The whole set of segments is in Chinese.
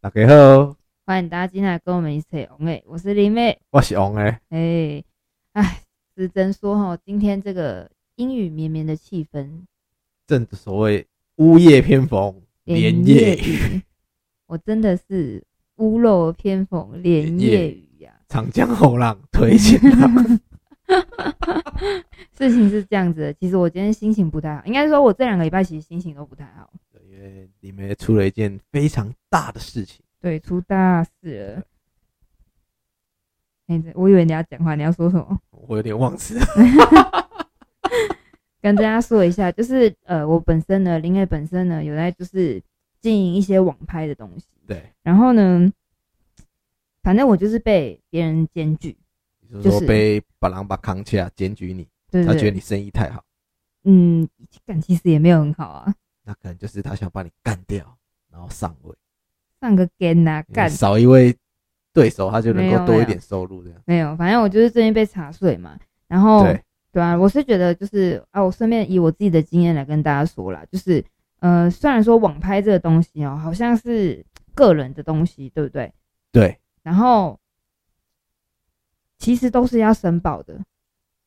大家好，欢迎大家进来跟我们一起红诶，我是林妹。我是王诶。哎，哎，只能说哈，今天这个阴雨绵绵的气氛，正所谓屋夜偏逢连夜雨，雨，我真的是屋漏偏逢连夜雨啊呀、长江后浪推前浪。事情是这样子的，其实我今天心情不太好，应该说我这两个礼拜其实心情都不太好，对因为里面出了一件非常大的事情，对，出大事了。哎、我以为你要讲话，你要说什么？我有点忘词。跟大家说一下，就是呃，我本身呢，林磊本身呢，有在就是经营一些网拍的东西。对，然后呢，反正我就是被别人检举，就是说就是被把狼把扛起来检举你，对他对觉得对，你生意太好，嗯，感其实也没有很好啊，那可能就是他想把你干掉，然后上位，上个 g a 啊，干少一位对手，他就能没够有多没一有点收入这样。没有，反正我就是最近被查税嘛，然后对，对啊，我是觉得就是啊，我顺便以我自己的经验来跟大家说啦，就是呃，虽然说网拍这个东西哦、好像是个人的东西，对不对？对，然后其实都是要申报的，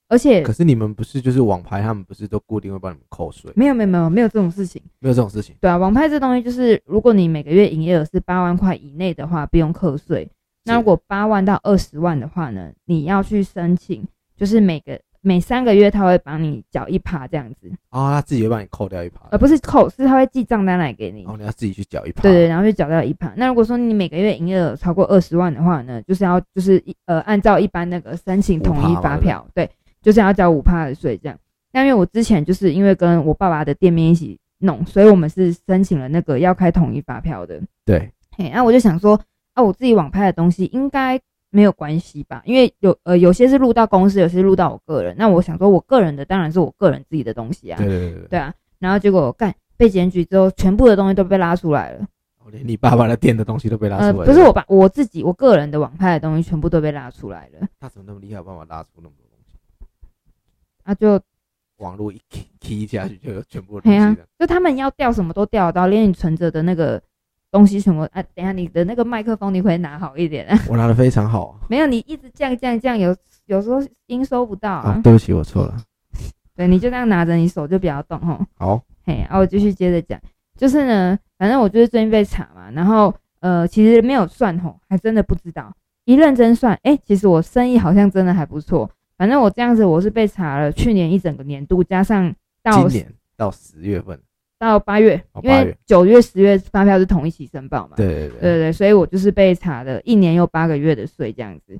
而且可是你们不是就是网牌，他们不是都固定会帮你们扣税，没有没有没有没有这种事情。没有这种事情。对啊，网拍这东西就是，如果你每个月营业额是八万块以内的话，不用课税。那是如果八万到二十万的话呢，你要去申请，就是每个每三个月他会帮你缴一趴这样子，哦，他自己会帮你扣掉一趴，而不是扣，是他会寄账单来给你然。后你要自己去缴一趴。对对，然后就缴掉一趴。那如果说你每个月营业额超过二十万的话呢，就是要就是一呃按照一般那个申请统5%一嘛发票，对，就是要交五趴的税这样。那因为我之前就是因为跟我爸爸的店面一起弄，所以我们是申请了那个要开统一发票的。对嘿，那、我就想说，啊，我自己网拍的东西应该没有关系吧？因为有呃有些是录到公司，有些录到我个人。那我想说，我个人的当然是我个人自己的东西啊，对对对对对啊。然后结果干被检举之后，全部的东西都被拉出来了。我连你爸爸的店的东西都被拉呃，出来了。不是我把我自己我个人的网拍的东西全部都被拉出来了，他怎么那么厉害，有办法拉出那么多东西？啊就网络一踢踢下去就有全部的东嘿啊西了。，就他们要调什么都调得到，连你存着的那个东西全部啊，等一下你的那个麦克风你可以拿好一点啊， 我拿的非常好啊没有你一直降降降，有有时候音收不到啊，啊！对不起，我错了。对，你就这样拿着，你手就不要动吼。好，嘿，啊，我继续接着讲，就是呢，反正我就是最近被查嘛，然后呃，其实没有算吼，还真的不知道。一认真算，哎、其实我生意好像真的还不错。反正我这样子，我是被查了去年一整个年度，加上到今年到十月份，到八月哦，因八为月九月、十月发票是同一起申报嘛。对对对对对，所以我就是被查了一年又八个月的税，这样子，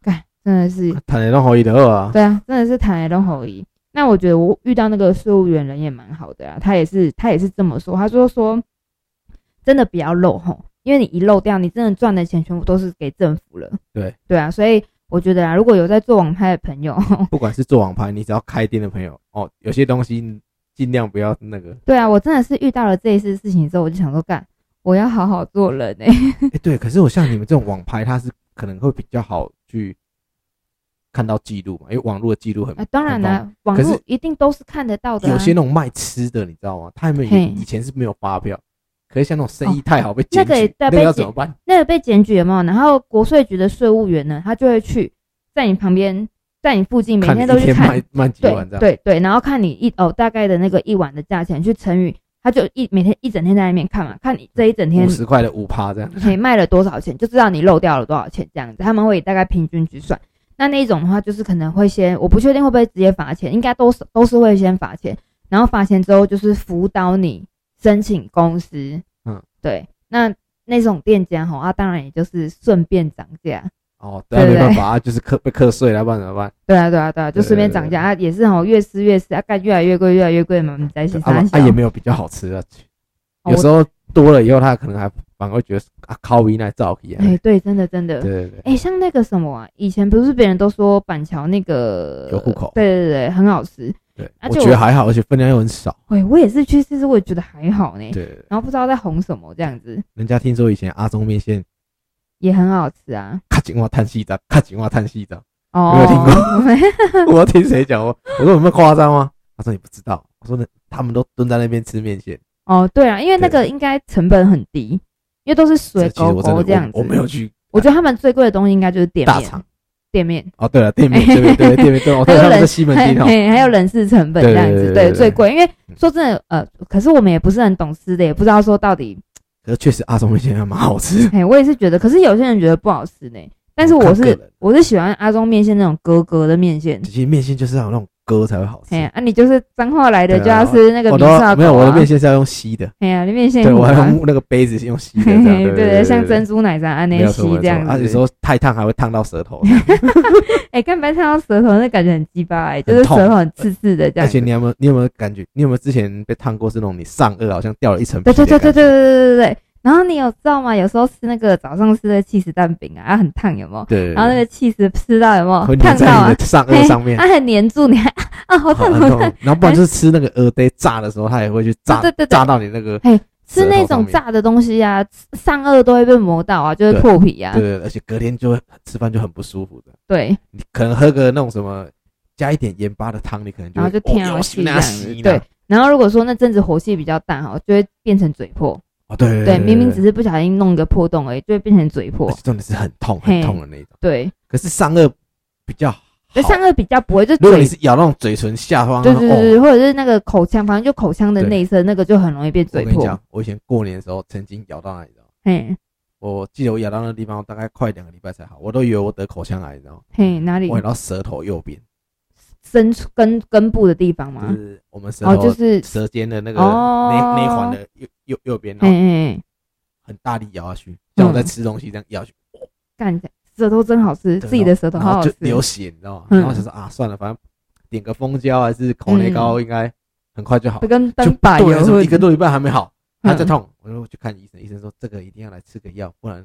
干真的是对，谈得拢好一的二啊。对啊，真的是谈来都好疑。那我觉得我遇到那个税务员人也蛮好的啊，他也是他也是这么说，他说说真的不要漏吼，因为你一漏掉，你真的赚的钱全部都是给政府了。对对啊，所以我觉得啊，如果有在做网拍的朋友， 不管是做网拍，你只要开店的朋友哦，有些东西尽量不要那 个。对啊，我真的是遇到了这一次事情之后，我就想说干，我要好好做 人哎、哎，对，可是我像你们这种网拍，它是可能会比较好去看到记录嘛，因为网络的记录很啊，当然很啦、方网可是络一定都是看得到的、啊。有些那种卖吃的，你知道吗？他们嘿哦以以前是没有发票，可是像那种生意太好被检那个也举对，那被个要检怎么办？那个被检举有没有？然后国税局的税务员呢，他就会去在你旁边，在你附近每你天都一去天看， 卖卖几对万这样。对对，然后看你一哦大概的那个一碗的价钱去乘以，他就一每天一整天在那边看嘛，看你这一整天五十块的五趴 这样，可以卖了多少钱，就知道你漏掉了多少钱这样子，他们会大概平均去算。那那一种的话，就是可能会先，我不确定会不会直接罚钱，应该都是都是会先罚钱，然后罚钱之后就是辅导你申请公司，嗯嗯，对，那那种店家吼，啊，当然也就是顺便涨价，哦，对啊，没对对办法啊，就是课被课税了，不然怎么办？对啊，对啊，对啊，就对随便对涨对价啊，也是吼，越吃越吃，啊，干越来越贵，越来越贵嘛，我们在一起啊三不，小啊，也没有比较好吃的，哦有我时候多了以后，他可能还反而会觉得啊，靠比那造一样。哎，对，真的真的对，对对，哎、像那个什么啊，以前不是别人都说板桥那个有户口对对对，很好吃。对，我啊就觉得还好，而且分量又很少。哎、我也是去试试，我也觉得还好呢。对，对对然后不知道在红什么这样子，人家听说以前阿中面线也很好吃啊。卡紧话叹息的，卡紧话叹息的，哦，没有听过， 我要听谁讲我？我说有没有夸张吗？他说你不知道。我说那他们都蹲在那边吃面线，哦，对啊，因为那个应该成本很低，因为都是水其实狗我真狗的这样子。我我没有去我觉得他们最贵的东西应该就是店大面厂，店面，哦。对了，店 面对对对店面对，我还对有他们人是西门 还町哦。嘿还有人事成本这样对对子，对对对，对最贵。因为说真的，呃，可是我们也不是很懂吃的，也不知道说到底，可是确实阿中面线还蛮好吃，嘿，我也是觉得，可是有些人觉得不好吃呢。但是看我个是人我是喜欢阿中面线那种格格的面线，其实面线就是要有那种割才会好吃哎。呀，啊，你就是脏话来的对啊就要吃那个我明都少没有，我的面线，线是要用吸的，哎呀，那面线对糊我还啊用那个杯子用吸的，这样嘿 嘿对对对，像珍珠奶茶安没内有西错没有这样错啊，有时子。候太烫还会烫到舌 头，哎，干白烫到舌头，那感觉很鸡巴哎，就很是痛啊舌头很刺刺的这而样子且。你有没有你有没有感觉？你有没有之前被烫过是那种你上颚好像掉了一层皮对的对感对觉？对对对对对对。然后你有知道吗？有时候吃那个早上吃的气死蛋饼啊，啊很烫有没有？对然后那个气死吃到有没有会烫粘到在啊你？的上嘿颚上面，它很粘住你，啊 好烫很好很痛 烫！。然后不然就是吃那个鹅呆炸的时候，它也会去炸哎哦对对对对炸到你那个，吃那种炸的东西啊，上颚都会被磨到啊，就会对破皮啊对。对，对而且隔天就会吃饭就很不舒服的。对，你可能喝个那种什么加一点盐巴的汤，你可能就哦然后就天啊然气去这那样洗子。对，，然后如果说那阵子火气比较大哈，就会变成嘴破。哦对对，明明只是不小心弄一个破洞而已，就会变成嘴破而。且重点是很痛很嘿痛的那种。对，可是上颚比较好，就上颚比较不会，就如果嘴你是咬那种嘴唇下方，对对对对，哦。或者是那个口腔，反正就口腔的内侧那个就很容易我被嘴跟你破讲。，我以前过年的时候曾经咬到那里，你知道吗嘿，我记得我咬到那地方大概快两个礼拜才好，我都以为我得口腔癌，你知道吗？嘿，哪里我咬到舌头右边，深处根根部的地方就吗？是我们舌哦，头就是，舌尖的那个哦那那一环的右右右边，嘿嗯然后嘿，嘿很大力咬下去，像我在吃东西这样咬下去，干舌头真好吃，对自己的舌头然好后好就吃。流血，你知道吗？嗯然后想说啊，算了，反正点个蜂胶还是口内嗯膏，应该很快就好就。跟就灯把对油了什么一个多礼拜还没好，还在嗯痛，我就去看医生，医生说这个一定要来吃个药，不然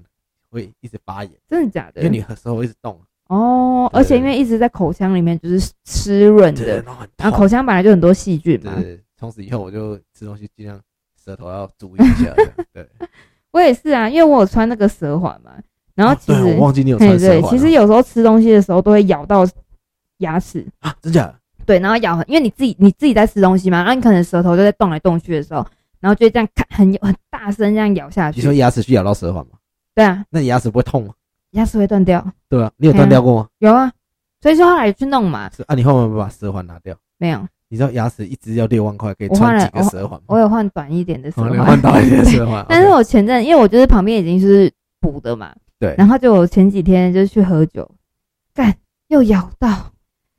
会一直发炎，真的假因为的？你舌头一直动，哦，对而且因为一直在口腔里面就是湿润对，的然，后很然后痛口。腔本来就很多细菌嘛。对，啊从此以后我就吃东西尽量舌头要注意一 下。这样对，我也是啊，因为我有穿那个舌环嘛，然后哦其对实我，忘记你有嘿穿舌对，环了，其实有时候吃东西的时候都会咬到牙齿。啊，真假的？对，然后咬很，因为你自己你自己在吃东西嘛，然后你可能舌头就在动来动去的时候，然后就会这样咔很很大声这样咬下你说去。牙齿去咬到舌环吗？对啊，那你牙齿不会痛吗？牙齿会断掉。对啊，你有对啊断掉过吗？有啊，所以说后来去弄嘛，是啊，你后面把舌环拿掉。没有，你知道牙齿一只要六万块，可以我换穿了几个舌环吗？我有换短一点的舌哦你环，，换到一些舌环 但是 OK 我前阵因为我就是旁边已经是补的嘛，对然后就我前几天就去喝酒，干又咬到，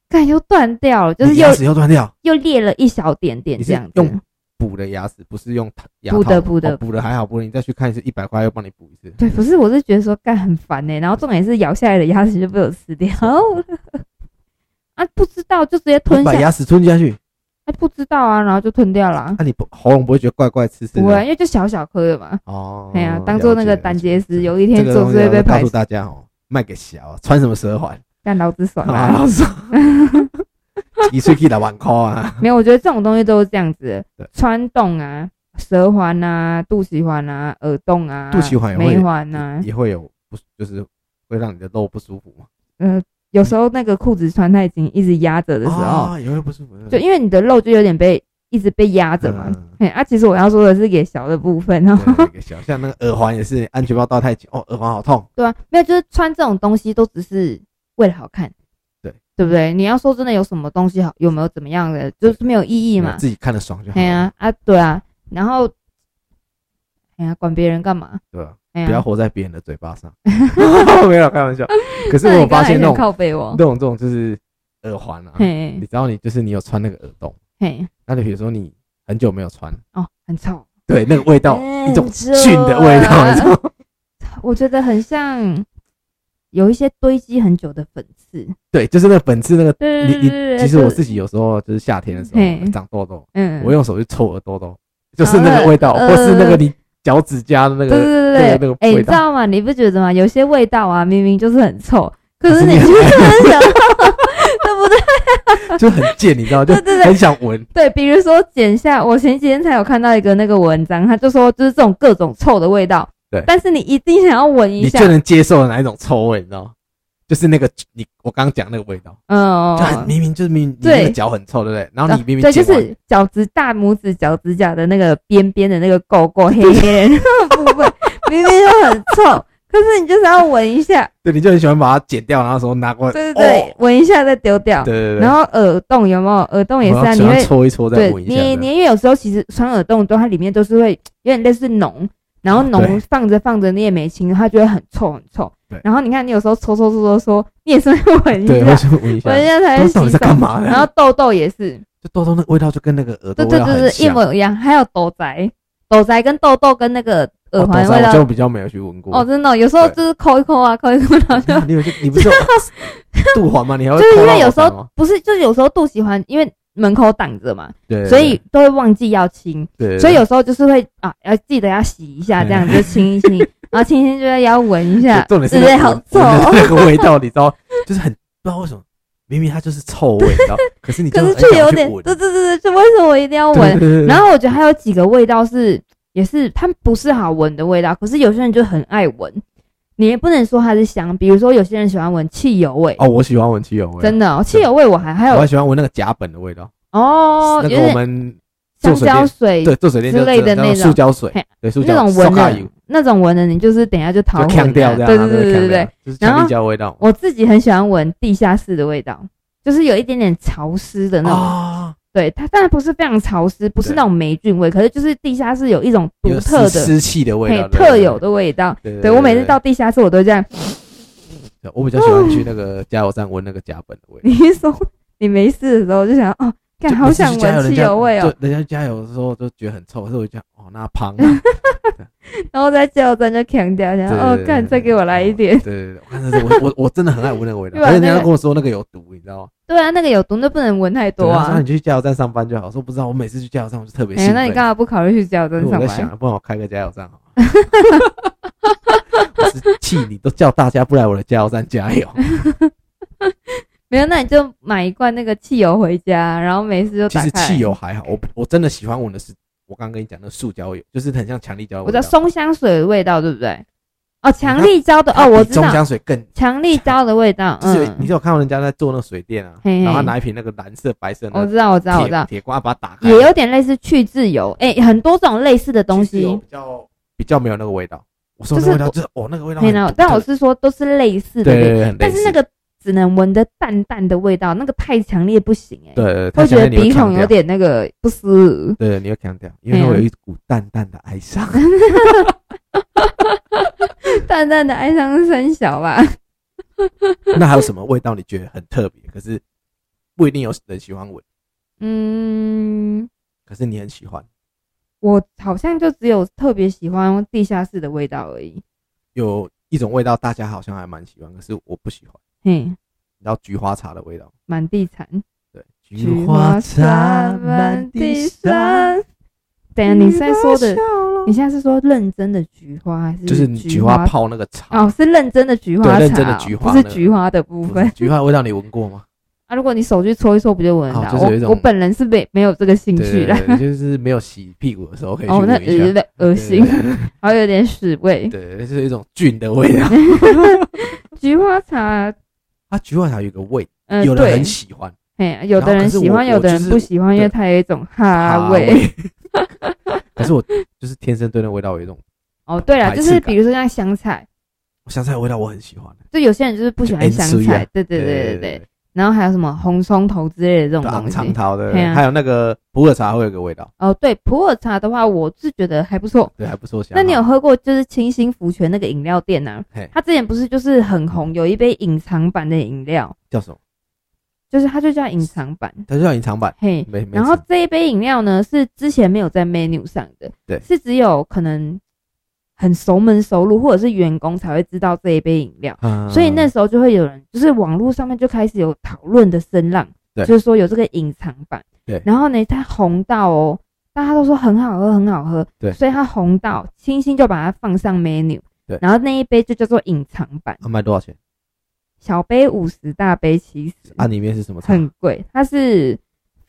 干又断掉了，就是你又牙齿又断掉，又裂了一小点点你这是样子。用补的牙齿，不是用牙补的套补的哦补的还好，补的你再去看一次，一百块又帮你补一次。对，不是，我是觉得说干很烦欸呢、然后重点是咬下来的牙齿就被我吃掉啊，不知道就直接吞你下把，牙齿吞下去，哎，不知道啊，然后就吞掉了啊、那你不喉咙不会觉得怪怪刺刺不会，的？因为就小小颗的嘛。哦，哎呀，当做那个胆结石，有一一天总是会被啊告排诉除，大家哦，卖给小穿什么舌 环，干老 子爽啊，啊！老师，一岁可以打万块 啊，没有，我觉得这种东西都是这样子对，穿洞啊、舌环啊、肚脐环啊、耳洞啊、肚脐环也会眉环啊，也会有不就是会让你的肉不舒服嘛。呃，有时候那个裤子穿太紧，一直压着的时候，啊也会不舒服，就因为你的肉就有点被一直被压着嘛，嗯嘿，啊，其实我要说的是给小的部分哦， 对那个小，像那个耳环也是，安全帽戴太紧，哦，耳环好痛。对啊，没有，就是穿这种东西都只是为了好看，对对不对？你要说真的有什么东西好，有没有怎么样的，就是没有意义嘛。自己看得爽就好。哎呀、啊，对啊，然后，哎呀，管别人干嘛？对吧？哎不要呀，活在别人的嘴巴 上。 没有开玩笑，可是那我你有刚发才现那种想靠背我那，种这种就是耳环啊，嘿你知道你就是你有穿那个耳洞，嘿，那你比如说你很久没有穿，哦，很臭，对那个味道嗯一种菌的味臭道，啊你知道吗？ 我觉得很像有一些堆积很久的粉刺。对，就是那本次那个，对你对对对你对，其实我就是自己有时候就是夏天的时嘿候长痘痘，嗯，我用手去搓耳朵洞，就是那个味道，呃或是那个你脚趾甲的那对对个，对对那个哎、味你知道道吗？你不觉得吗？有些味道啊，明明就是很臭，可可是是你 你就是很想，对不对？就很贱，你知道，就对对对很想闻。对，比如说剪下，我前几天才有看到一个那个文章，他就说就是这种各种臭的味道，对但是你一定想要闻一你下就，能接受哪一种臭味，你知道吗？就是那个你我刚刚讲那个味道，嗯，就很明明就是明明你对那个脚很臭，对不对？然后你明明对，就剪完是 脚趾大拇指脚趾甲的那个边边的那个垢垢黑黑的那个部分，明明就很臭，可是你就是要闻一下，对，你就很喜欢把它剪掉，然后说拿过来，对对对，闻、一下再丢掉哦对。对对，然后耳洞有没有？耳洞也是我啊，要你喜欢会搓一搓再对闻一下这你样，你因为有时候其实穿耳洞都它里面都是会有点类似脓，然后对脓放着放着你也没清，它就会很臭很臭对。然后你看你有时候搓搓搓搓搓，你也是会闻一对，我下，想闻一下，闻一下才都会是到底洗在手。干嘛呢？然后痘痘也是，就豆豆那个味道就跟那个耳朵对味对道对啊很对，一像。模一样。还有斗宅，斗宅跟痘痘跟那个耳哦环豆味仔我道就比较没有去闻过。哦，真的哦、有时候对嗯就是抠一抠啊，抠一抠，然后就你有去，你不是 有杜环吗？你还会就是因抠到为有我时候蛋吗不是，就是有时候肚喜欢，因为门口挡着嘛，对，所以都会忘记要清，对对所以有时候就是会啊，要记得要洗一下，这样就清一 清，然后清一清就要闻一下，重点是那对个啊好闻臭闻哦，的那个味道，你知道，就是很不知道为什么，明明它就是臭味，你知道，可是你就可是很想却有去点，闻对对对对，这为什么我一定要闻？闻然后我觉得还有几个味道是，也是它不是好闻的味道，可是有些人就很爱闻，你也不能说它是香。比如说有些人喜欢闻汽油味，哦，我喜欢闻汽油味，真的、哦，汽油味我还还我有还喜欢闻那个甲苯的味道，哦，那有个我点们香做水电蕉水对做水电之就类的那那种塑种胶水嘿，对塑那胶种塑闻胶的油，，那种闻的你就是等一下就逃就魂、呛啊，掉这样，对然后就对对对呛对掉对。，就是然强后力胶味道我自己很喜欢闻地下室的味道，就是有一点点潮湿的那种。啊，对，它当然不是非常潮湿，不是对那种霉菌味，可是就是地下室有一种独有特湿的、湿气的味嘿道，对特有。的味道。对对对我每次到地下室，我都这样。 对我比较喜欢去那个加油站闻那个甲苯的味道。你一说你没事的时候，就想哦，看就好每次想去加油闻人汽家油味哦，就人家加油的时候都觉得很臭，所以我就讲哦，那胖 啊，然后在加油站就强调一下，对哦，干，再给我来一点。。 对对对，我看这是我我我真的很爱闻那个味道，对吧可是人那家个跟我说那个有毒，你知道吗？对啊，那个有毒，那不能闻太多对他说啊你。去加油站上班就好，我说不知道，我每次去加油站我就特别哎兴呀，奋。那你干嘛不考虑去加油因为我站上在班？想，不然我开个加油站好 了。我是气你都叫大家不来我的加油站加 油，没有，那你就买一罐那个汽油回家，然后没事就其打实开。汽，油还好，我我真的喜欢闻的是我刚跟你讲那塑胶油，就是很像强力胶的我味知道。道松香水的味道，对不对？哦，强力胶的它哦，比我知中道，香水更强力胶的味道，就是有你嗯，是有看到人家在做那个水电啊，嘿嘿然后他拿一瓶那个蓝色、白色的我那知道，我知道，我个知道铁，铁罐，把它打开，也有点类似去渍油，哎，很多种类似的东其实有西。比较比较没有那个味道。我说就那是味道就是哦，那个味道没很独有特，，但我是说都是类似对的对味，对，很类但是那似个只能闻得淡淡的味道，那个太强烈不行哎、对对，它会觉下得面你会鼻呛孔有掉，点那个不适。对，你会强调，因为它嘿啊会有一股淡淡的哀伤。 淡淡的哀伤三小吧，那还有什么味道你觉得很特别，可是不一定有人喜欢闻，嗯，可是你很喜欢？我好像就只有特别喜欢地下室的味道而已。有一种味道大家好像还蛮喜欢，可是我不喜欢，嘿，你知道菊花茶的味道。满地残，对，菊花残满地伤。等一下，你现在说的，你现在是说认真的菊花还是就是你菊菊花泡那个茶哦，，是认真的菊花茶哦，对认真的菊花不是那个菊花的部不分是。菊花的味道你闻过吗？啊，如果你手去搓一搓，不就闻得哦到？就是有一种我我本人是没没有这个兴对趣对啦。对，就是没有洗屁股的时候可以去哦，那闻一有下，点恶心对，然后有点屎味。对对，就是一种菌的味 道。菊花茶，它菊花茶有个味，呃，有人对很，喜欢哎，有然后的人可是喜我欢，我有的就人是不喜欢，因为对它有一种哈茶味。。 可是我就是天生对那味道有一种，哦，对了，排就斥是感比如说像香菜，香菜的味道我很喜欢。就有些人就是不喜就欢香 N 水啊菜，对对对对对。然后还有什么红葱头之类的这种对，东昂西长。桃的嘿，啊还有那个普洱茶会有个味道，哦，对，普洱茶的话，我是觉得还不错。对，还不错。香那你哈有喝过就是清新福泉那个饮料店呢、嘿它之前不是就是很红，有一杯隐藏版的饮料，叫什么？就是它就叫隐藏版，它叫隐藏版，嘿。没没吃。然后这一杯饮料呢，是之前没有在 menu 上的，对是只有可能很熟门熟路或者是员工才会知道这一杯饮料，嗯，所以那时候就会有人，就是网络上面就开始有讨论的声浪，对就是说有这个隐藏版，对然后呢，它红到哦，大家都说很好喝，很好喝，对所以它红到清新就把它放上 menu，对哦然后那一杯就叫做隐藏版，啊它卖多少钱？小杯五十，大杯七十，啊，里面是什么茶？很贵，它是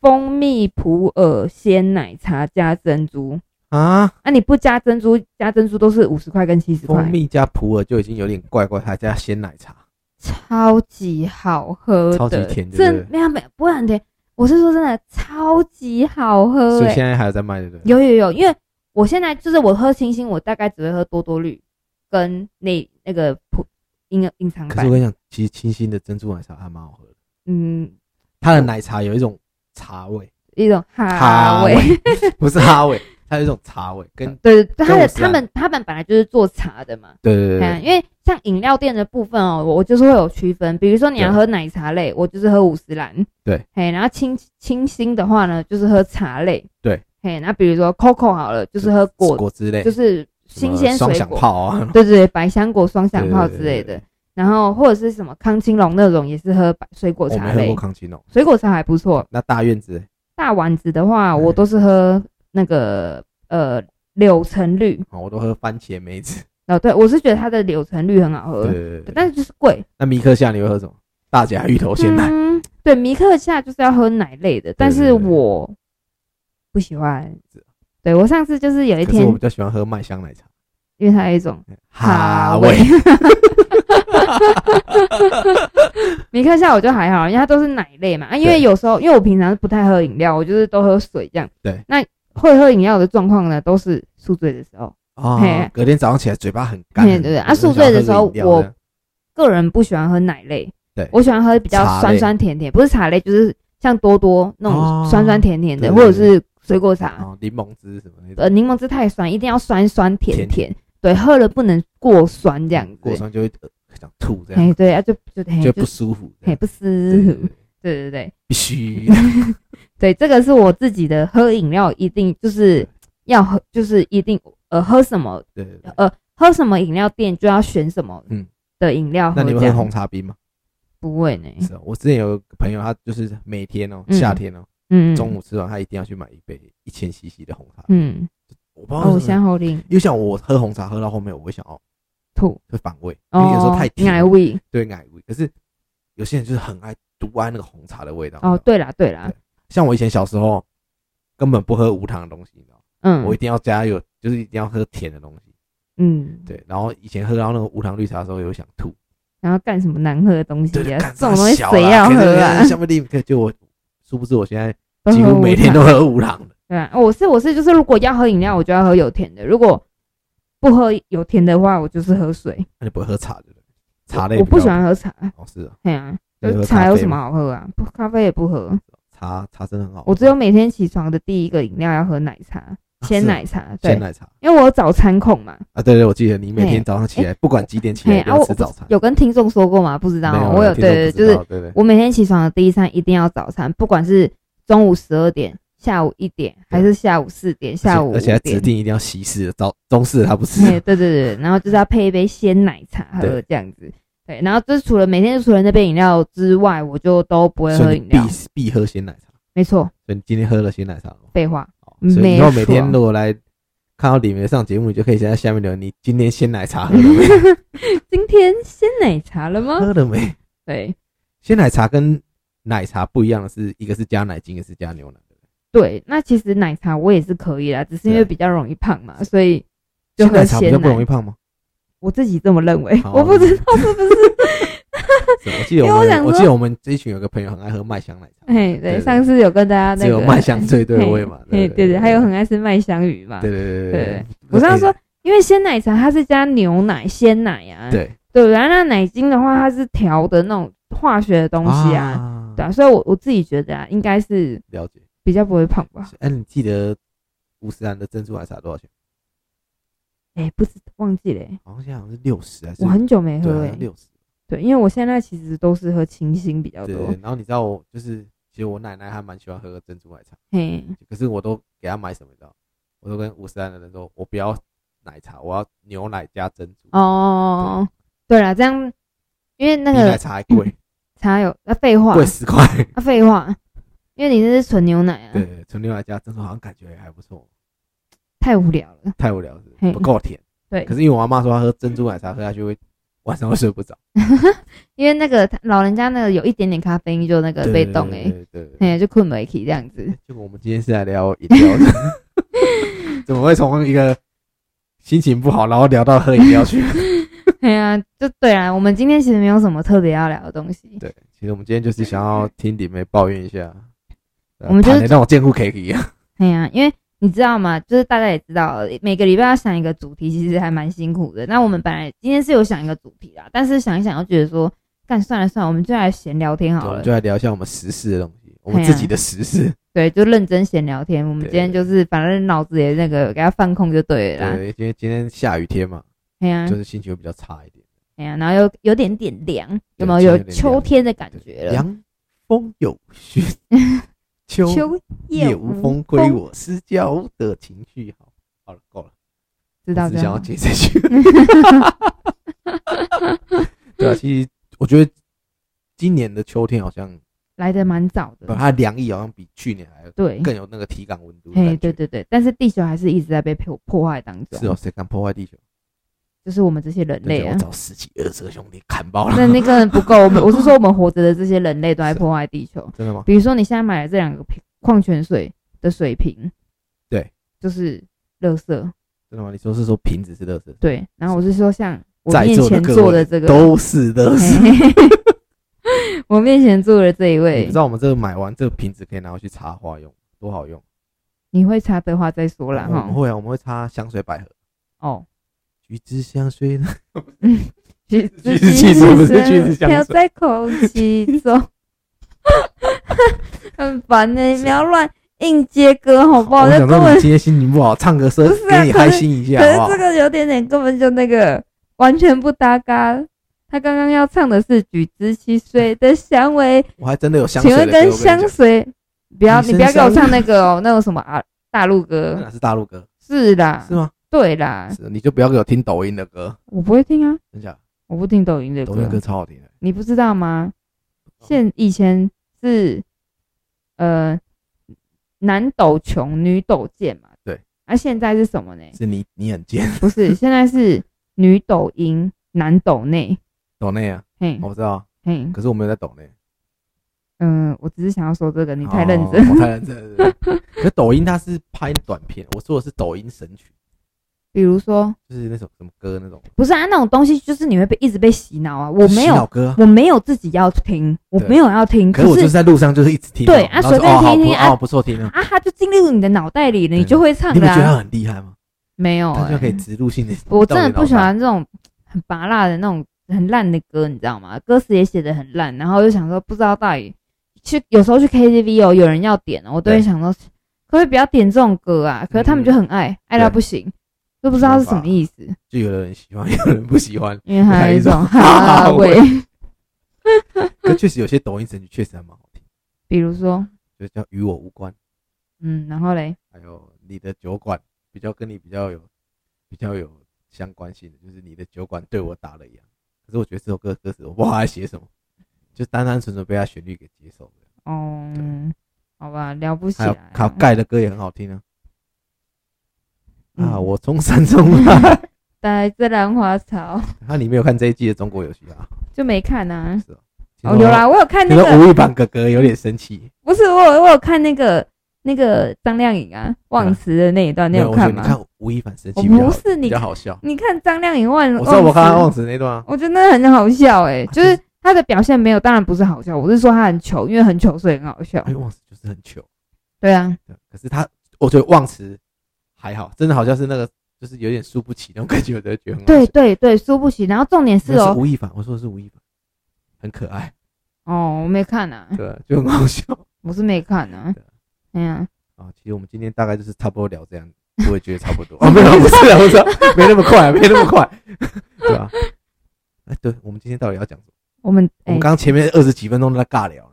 蜂蜜普洱鲜奶茶加珍珠，啊，啊，你不加珍珠，加珍珠都是五十块跟七十块蜂，蜜加普洱就已经有点怪怪，还加鲜奶茶，超级好喝的，超级甜对不对真没有没有不是很甜，我是说真的超级好喝、所以欸，现在还有在卖，对不对？有有有，因为我现在就是我喝清新，我大概只会喝多多绿，跟那那个普隐隐藏可版是我，跟你讲，其实清新的珍珠奶茶还蛮好喝的，嗯，它的奶茶有一种茶味，一种哈哈味味。 不是哈味，它有一种茶 味，跟对，对他跟我的是啊他们他们本来就是做茶的嘛，对对对看，对，因为像饮料店的部分哦，我我就是会有区分，比如说你要对喝奶茶类，我就是喝五十兰，对，嘿，然后清清新的话呢，就是喝茶类，对，嘿，那比如说 Coco 好了，就是喝果，果汁类，就是什么新鲜双水响果，炮啊，对对对，百香果、双响炮对之对对类的，然后或者是什么康青龙那种，也是喝百水果我茶没喝类过，康奇诺，水果茶还不错。那大院子大丸子的话，我嗯都是喝那个呃柳橙绿，哦，我都喝番茄梅子，哦，对，我是觉得它的柳橙绿很好喝对，对对，但是是就是贵。那米克夏你会喝什么？大甲芋头鲜奶，嗯，对，米克夏就是要喝奶类的，但是我不喜欢。对我上次就是有一可是天我，比较喜欢喝麦香奶茶，因为它有一种哈味，，米克夏我就还好，因为它都是奶类嘛。啊，因为对有时候因为我平常是不太喝饮料，我就是都喝水这样。对，那会喝饮料的状况呢，都是宿醉的时候。哦嘿，隔天早上起来嘴巴很干，嘿对对啊很想宿醉的时候喝饮料我这样个人不喜欢喝奶类，对我喜欢喝比较茶类酸酸甜甜，不是茶类，就是像多多那哦种酸酸甜甜的，对或对者对是水果茶。哦柠檬汁什么那种，呃，柠檬汁太酸，一定要酸酸甜甜嗯甜。对，喝了不能过酸这样子。过酸就会呃想吐这哎，样，对啊，就就哎就就不舒服这哎样，不对舒对服对。 对对对必须 对，这个是我自己的喝饮料一定就是要喝，就是一定呃喝什么对对。对呃喝什么饮料店就要选什么嗯的饮料那喝。你哦这们喝样红茶冰吗？不会呢？是啊，我之前有个朋友，他就是每天哦，嗯夏天哦，嗯，中午吃完他一定要去买一杯一千 CC 的红茶。嗯，我不知道哦，为我什想么，好令因为像我喝红茶喝到后面，我会想要吐会反胃，因为有时候哦太，甜，奶味对奶味。可是有些人就是很爱独爱那个红茶的味道。哦，对啦对啦对，像我以前小时候根本不喝无糖的东西，你知道吗，嗯我一定要加有，就是一定要喝甜的东西。嗯，对，然后以前喝到那个无糖绿茶的时候，有想吐。然后干什么难喝的东西对，啊？干这种东西啥小谁啦要可是喝啊？下面立刻就我，殊不知我现在都 几喝乎无每天糖都喝无糖的。对啊，我是我是就是，如果要喝饮料，我就要喝有甜的；如果不喝有甜的话，我就是喝水。那你不会喝茶的人？茶类我比不较喜欢喝茶，哦，是啊，对啊，那你就喝是咖茶有啡什么吗好喝啊？不，咖啡也不喝。茶茶真的很好喝。我只有每天起床的第一个饮料要喝奶茶，啊鲜 是啊奶茶。鲜对，奶茶因为我有早餐控 嘛。啊，对对，我记得你每天嘿哎早上起来，不管几点起嘿，来，啊，都我吃早餐。有跟听众说过吗？不知道没哦，有我有听众对对，不就知是道对对，我每天起床的第一餐一定要早餐，不管是中午十二点、下午一点，还是下午四点、下午而且5还点指定一定要西式的，早中式的他不吃。嘿对对对，对然后就是要配一杯鲜奶茶喝对这样子。对，然后就是除了每天除了那杯饮料之外，我就都不会所喝以你饮料必。必喝鲜奶茶。没错，所以你今天喝了鲜奶茶了吗废话，哦所以以后每没天错如果来看到李梅上节目，你就可以在下面留言你今天鲜奶茶喝了没？今天鲜奶茶了吗？喝了 没？对鲜奶茶跟奶茶不一样的是，一个是加奶精，一个是加牛奶。对，那其实奶茶我也是可以啦，只是因为对比较容易胖嘛，所以就鲜喝奶茶比较鲜不容易奶。胖 吗？我自己这么认为，好我不知道是不是。是我记得因为我啊我想们，说我记得我们这一群有个朋友很爱喝麦香奶茶， 哎，对对，上次有跟大家只那有个麦香最对味 嘛。嘿，对对，还有很爱吃麦香鱼嘛。对对对对对对。我上次说哎，因为鲜奶茶它是加牛奶、鲜奶啊，对对，然后那奶精的话，它是调的那种化学的东西啊，啊对啊，所以我我自己觉得啊，应该是了解。比较不会胖吧。哎，你记得五十兰的珍珠奶茶多少钱？哎、不知忘记了欸、好像现在好像是六十还是我很久没喝对哎、啊，六十。对，因为我现在其实都是喝清新比较对多对，，然后你知道我就是，其实我奶奶还蛮喜欢喝珍珠奶茶，嘿，可是我都给她买什么，你知道？我都跟五十兰的人说，我不要奶茶，我要牛奶加珍珠，哦，对啦，这样因为那比奶个茶还贵，茶有啊，废话贵十块。啊，废话，因为你那是纯牛奶啊对， 对，纯牛奶加珍珠好像感觉还不错，太无聊了，太无聊了，嘿不够甜。对可是因为我妈说她喝珍珠奶茶喝下去会晚上会睡不着，因为那个老人家那个有一点点咖啡因就那个被动对哎、对对对哎、对。就困不起这样子。结果我们今天是来聊饮料的， 怎么会从一个心情不好，然后聊到喝饮料去？ 对啊，就对啊，我们今天其实没有什么特别要聊的东西。对，其实我们今天就是 想要听李梅抱怨一下，呃我们就是 让我见户可以一样。对啊，因为你知道吗？就是大家也知道，每个礼拜要想一个主题，其实还蛮辛苦的。那我们本来今天是有想一个主题啦，但是想一想又觉得说，干算了算了，我们就来闲聊天对啊好我了们就。来聊一下我们时事的东西，我们嘿啊自己的时事，对，就认真闲聊天。我们对今天就是反正脑子也那个给它放空就对啊了啦。对，因为今天下雨天嘛，哎呀就，是心情会比较差一点，哎呀，然后又有点点凉，有没对有？有有点凉秋天的感觉对，了。凉风有 雪，秋秋夜无风归，我思娇的情绪，好，好了，够了，知道我只这想要样。接这句， 对啊，其实我觉得今年的秋天好像，来的蛮早它的的，凉意好像比去年还要对，更有那个体感温度的感嘿，觉，对对对，但是地球还是一直在被破破坏当中，是哦，谁敢破坏地球？就是我们这些人类对啊我。找十几二十个兄弟砍爆了，那那个人不够，我们我是说我们活着的这些人类都在破坏地球。真的吗？比如说你现在买的这两个瓶矿泉水的水瓶，对，就是垃圾，真的吗？你说是说瓶子是乐色，对。然后我是说像我在面座的前各位坐的这个，都是乐色。嘿我面前坐的这一你位不知，道我们这个买完这个瓶子可以拿回去插花用，多好用！你会插的话再说啦我们哈。会啊，我们会插香水百合，哦，橘子香水呢？橘橘子汽水不是橘子香水飘在空气中，很烦呢、欸你不要乱硬接歌好不好？我那想根到本你今天心情不好，唱个歌不是啊给你可是开心一下可，是啊好不这好？个有点点根本就那个完全不搭嘎。他刚刚要唱的是橘子汽水的香味，我还真的有嗯香请水的问歌，我跟跟你香讲，水，不要你你不要身给我上唱那个哦，那种什么啊大陆 歌那是大陆歌是啦是，吗？对啦，是，你就不要给我听抖音的歌，我不会听啊，真假？我不听抖音的抖音歌歌，超好听的，你不知道吗？现以前是呃男抖穷，女抖贱嘛，对，那、现在是什么呢？是你你很贱，不是， 现在是女抖音，男抖内，抖内啊，嘿。我知道啊，嘿，可是我没有在抖内，嗯，我只是想要说这个，你太认真。哦，我太认真了。 可抖音它是拍短片，我说的是抖音神曲，比如说，就是那种什么歌那种。不是啊，那种东西就是你会被一直被洗脑啊。我没洗脑有，歌啊，我没有自己要听，我对没有要听，可是我就是是在路上就是一直听，对啊然后就随便哦好听一听不啊哦不错听啊。啊，它就进入你的脑袋里了，你对就会唱你们觉得啦。他很厉害吗？没有、他就可以欸，植入性的，我真的不喜欢这种很拔辣的那种很烂的歌，你知道吗？歌词也写的很烂，然后又想说不知道到底去，有时候去 KTV 哦，有人要点哦，我都会对想说，可不可以不要点这种歌啊？可是他们嗯就很爱，爱到对不行，都不知道是什么没办法意思。就有的人喜欢， 有人不喜欢。因为它有一种 哈 哈味味。可确实有些抖音神曲确实还蛮好听，比如说，就叫与我无关，嗯，然后嘞，还有你的酒馆比较跟你比较有比较有相关性的，就是你的酒馆对我打了烊。可是我觉得这首歌歌词我不知道他在写什么，就单单纯纯被他旋律给接受了。哦对，好吧，聊不起还有来。哦卡盖的歌也很好听啊。啊，嗯我从山中 来。待在兰花草 那你没有看这一季的《中国有嘻哈就没看啊》？。是哦。哦，有啦，我有看听那说。听个，说吴亦凡哥哥有点生气，不是我有，我有看那个那个张靓颖啊，忘词的那一啊段，嗯你没有有我觉得看你吗？看吴亦凡生我气比较不好是比你较，好笑。你看张靓颖忘，我知道我看他忘忘词，词那啊段啊，我觉得很好笑哎，就是她的表现没有，当然不是好笑，我是说她很糗，因为很糗所以很好笑哎，。忘词就是很糗。对啊，对可是他，我觉得忘词还好，真的好像是那个，就是有点输不起那种感觉，我都觉得很好对笑。对对，输不起。然后重点是那哦，吴亦凡，我说的是吴亦凡，很可爱，哦，我没看啊，对，就很好 笑我是没看啊对。哎呀，啊。其实我们今天大概就是差不多聊这样，我也觉得差不多。哦，没有，不是啊，我说没那么快，啊没那么快，对吧？哎，对，我们今天到底要讲什么？我们我哎们，刚刚前面二十几分钟都在尬聊，欸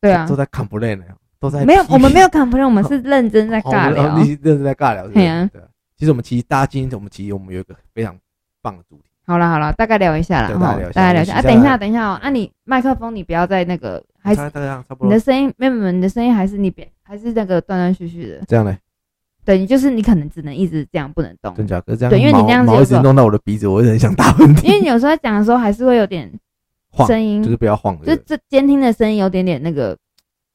对啊都，在 complain 呢，都在没有批，评我们没有 complain，我们是认真在尬哦我聊们哦。你认真在尬聊，是不嘿啊是？对。其实我们其实大家今天我们其实我们有一个非常棒的主题，好了好了，大概聊一下了对大概哈聊，一下大概聊一下我啊。们等一下等一下等一下哦，啊，你麦克风你不要再那个，还是大概差不你多的声音，没有没有，你的声音还是你别还是那个断断续续的。这样嘞，对，你就是你可能只能一直这样不能动，真假？可是这样对因为你毛这样子毛有一时直候弄到我的鼻子，我有点想打喷嚏，因为你有时候在讲的时候还是会有点晃声音就，是不要晃了，就有这监听的声音有点点那个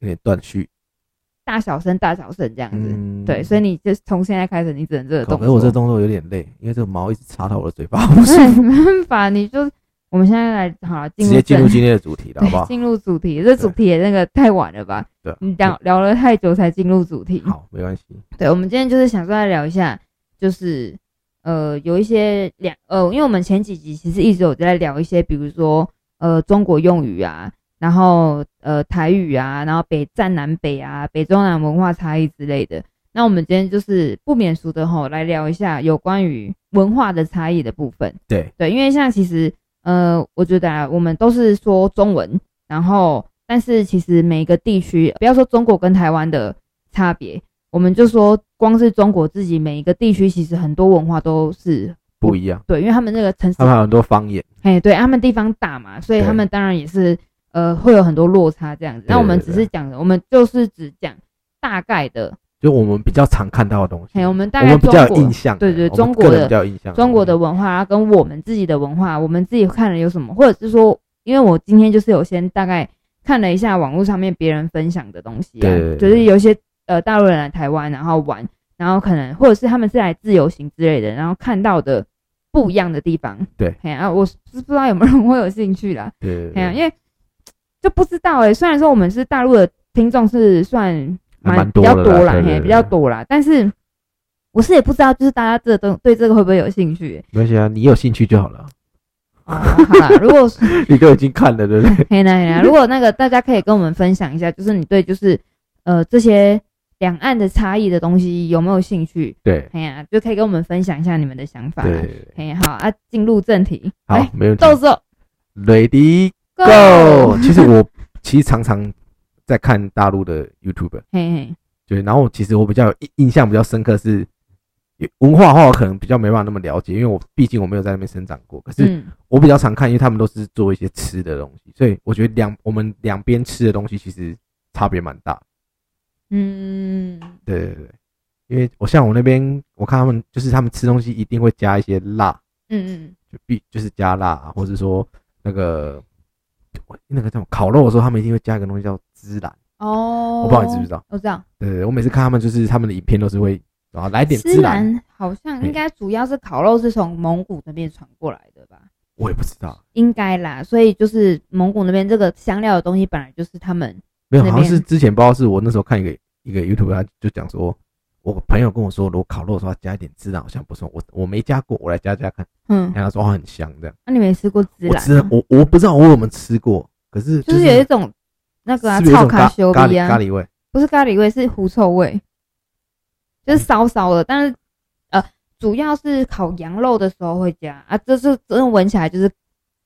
点断续。大小声大小声这样子。嗯，对，所以你就从现在开始，你只能这个靠动可是我这作。 嗯动作有点累，因为这个毛一直插到我的嘴巴，不是没办法，你就我们现在来好了，直进入接进入正今天的主题了，好不对好？ 进入主题，这主题也那个太晚了吧？对，啊你聊聊了太久才进入主题。好，没关系。对，我们今天就是想说来聊一下，就是呃，有一些两呃，因为我们前几集其实一直有在聊一些，比如说呃，中国用语啊，然后呃，台语啊，然后北占南北啊，北中南文化差异之类的。那我们今天就是不免俗的吼，来聊一下有关于文化的差异的部分。对，对，因为像其实呃，我觉得啊，我们都是说中文，然后但是其实每个地区，不要说中国跟台湾的差别，我们就说光是中国自己每一个地区，其实很多文化都是不一样，对，因为他们那个城市他，们还有很多方言，哎，对，他们地方大嘛，所以对他们当然也是呃会有很多落差这样对子。那我们对只是讲，我们就是只讲大概的，就我们比较常看到的东西哎，，我们大我概们比中较有国印。象的，对对我们中国个人的比较有印象，中国的文化，然后跟我们自己的文化，我们自己看了有什么，或者是说，因为我今天就是有先大概看了一下网络上面别人分享的东西、啊，对对对就是有一些呃大陆人来台湾然后玩，然后可能或者是他们是来自由行之类的，然后看到的不一样的地方，对哎呀、啊，我是不知道有没有人会有兴趣啦，对对哎呀、对，因为就不知道哎、虽然说我们是大陆的听众是算还蛮比多较的多啦，对对嘿，对比较多啦，但是我是也不知道，就是大家这东对这个会不会有兴趣、没关系啊，你有兴趣就好了，哦，好啦，如果 是你都已经看了，对不对？嘿啦嘿啦，如果那个大家可以跟我们分享一下，就是你对就是呃这些两岸的差异的东西有没有兴趣？对哎呀、就可以跟我们分享一下你们的想法啦。对对，对嘿， 好啊，进入正题。好哎来，，没问题豆豆，Ready Go， Go。其实我其实常常在看大陆的 YouTube，嘿嘿，对，然后其实我比较有印印象比较深刻是文化的话，我可能比较没办法那么了解，因为我毕竟我没有在那边生长过，可是嗯，我比较常看，因为他们都是做一些吃的东西，所以我觉得两我们两边吃的东西其实差别蛮大的。嗯，对对对，因为我像我那边，我看他们就是他们吃东西一定会加一些辣，嗯就必就是加辣、啊，或者说那个那个叫什么烤肉的时候，他们一定会加一个东西叫孜然。嗯，哦，我不知道你知不知道？我知道，对对对，我每次看他们就是他们的影片都是会啊来点孜孜然，然好像应该主要是烤肉是从蒙古那边传过来的吧？我也不知道，应该啦，所以就是蒙古那边这个香料的东西本来就是他们没有那好边像是之前不知道是我那时候看一个一个 YouTube，他就讲说。我朋友跟我说，如果烤肉的时候要加一点孜然，好像不错。我我没加过，我来加加看。嗯，然后他说哦很香这样。那、啊你没吃过孜我然吃了吗？我我不知道我有没有吃过，可是就是是有一种那个啊，是不是有炒一种卡咖修咖比喱咖啊，喱味？不是咖喱味，是狐臭味，嗯就是烧烧的，但是呃，主要是烤羊肉的时候会加啊，这是真的闻起来就是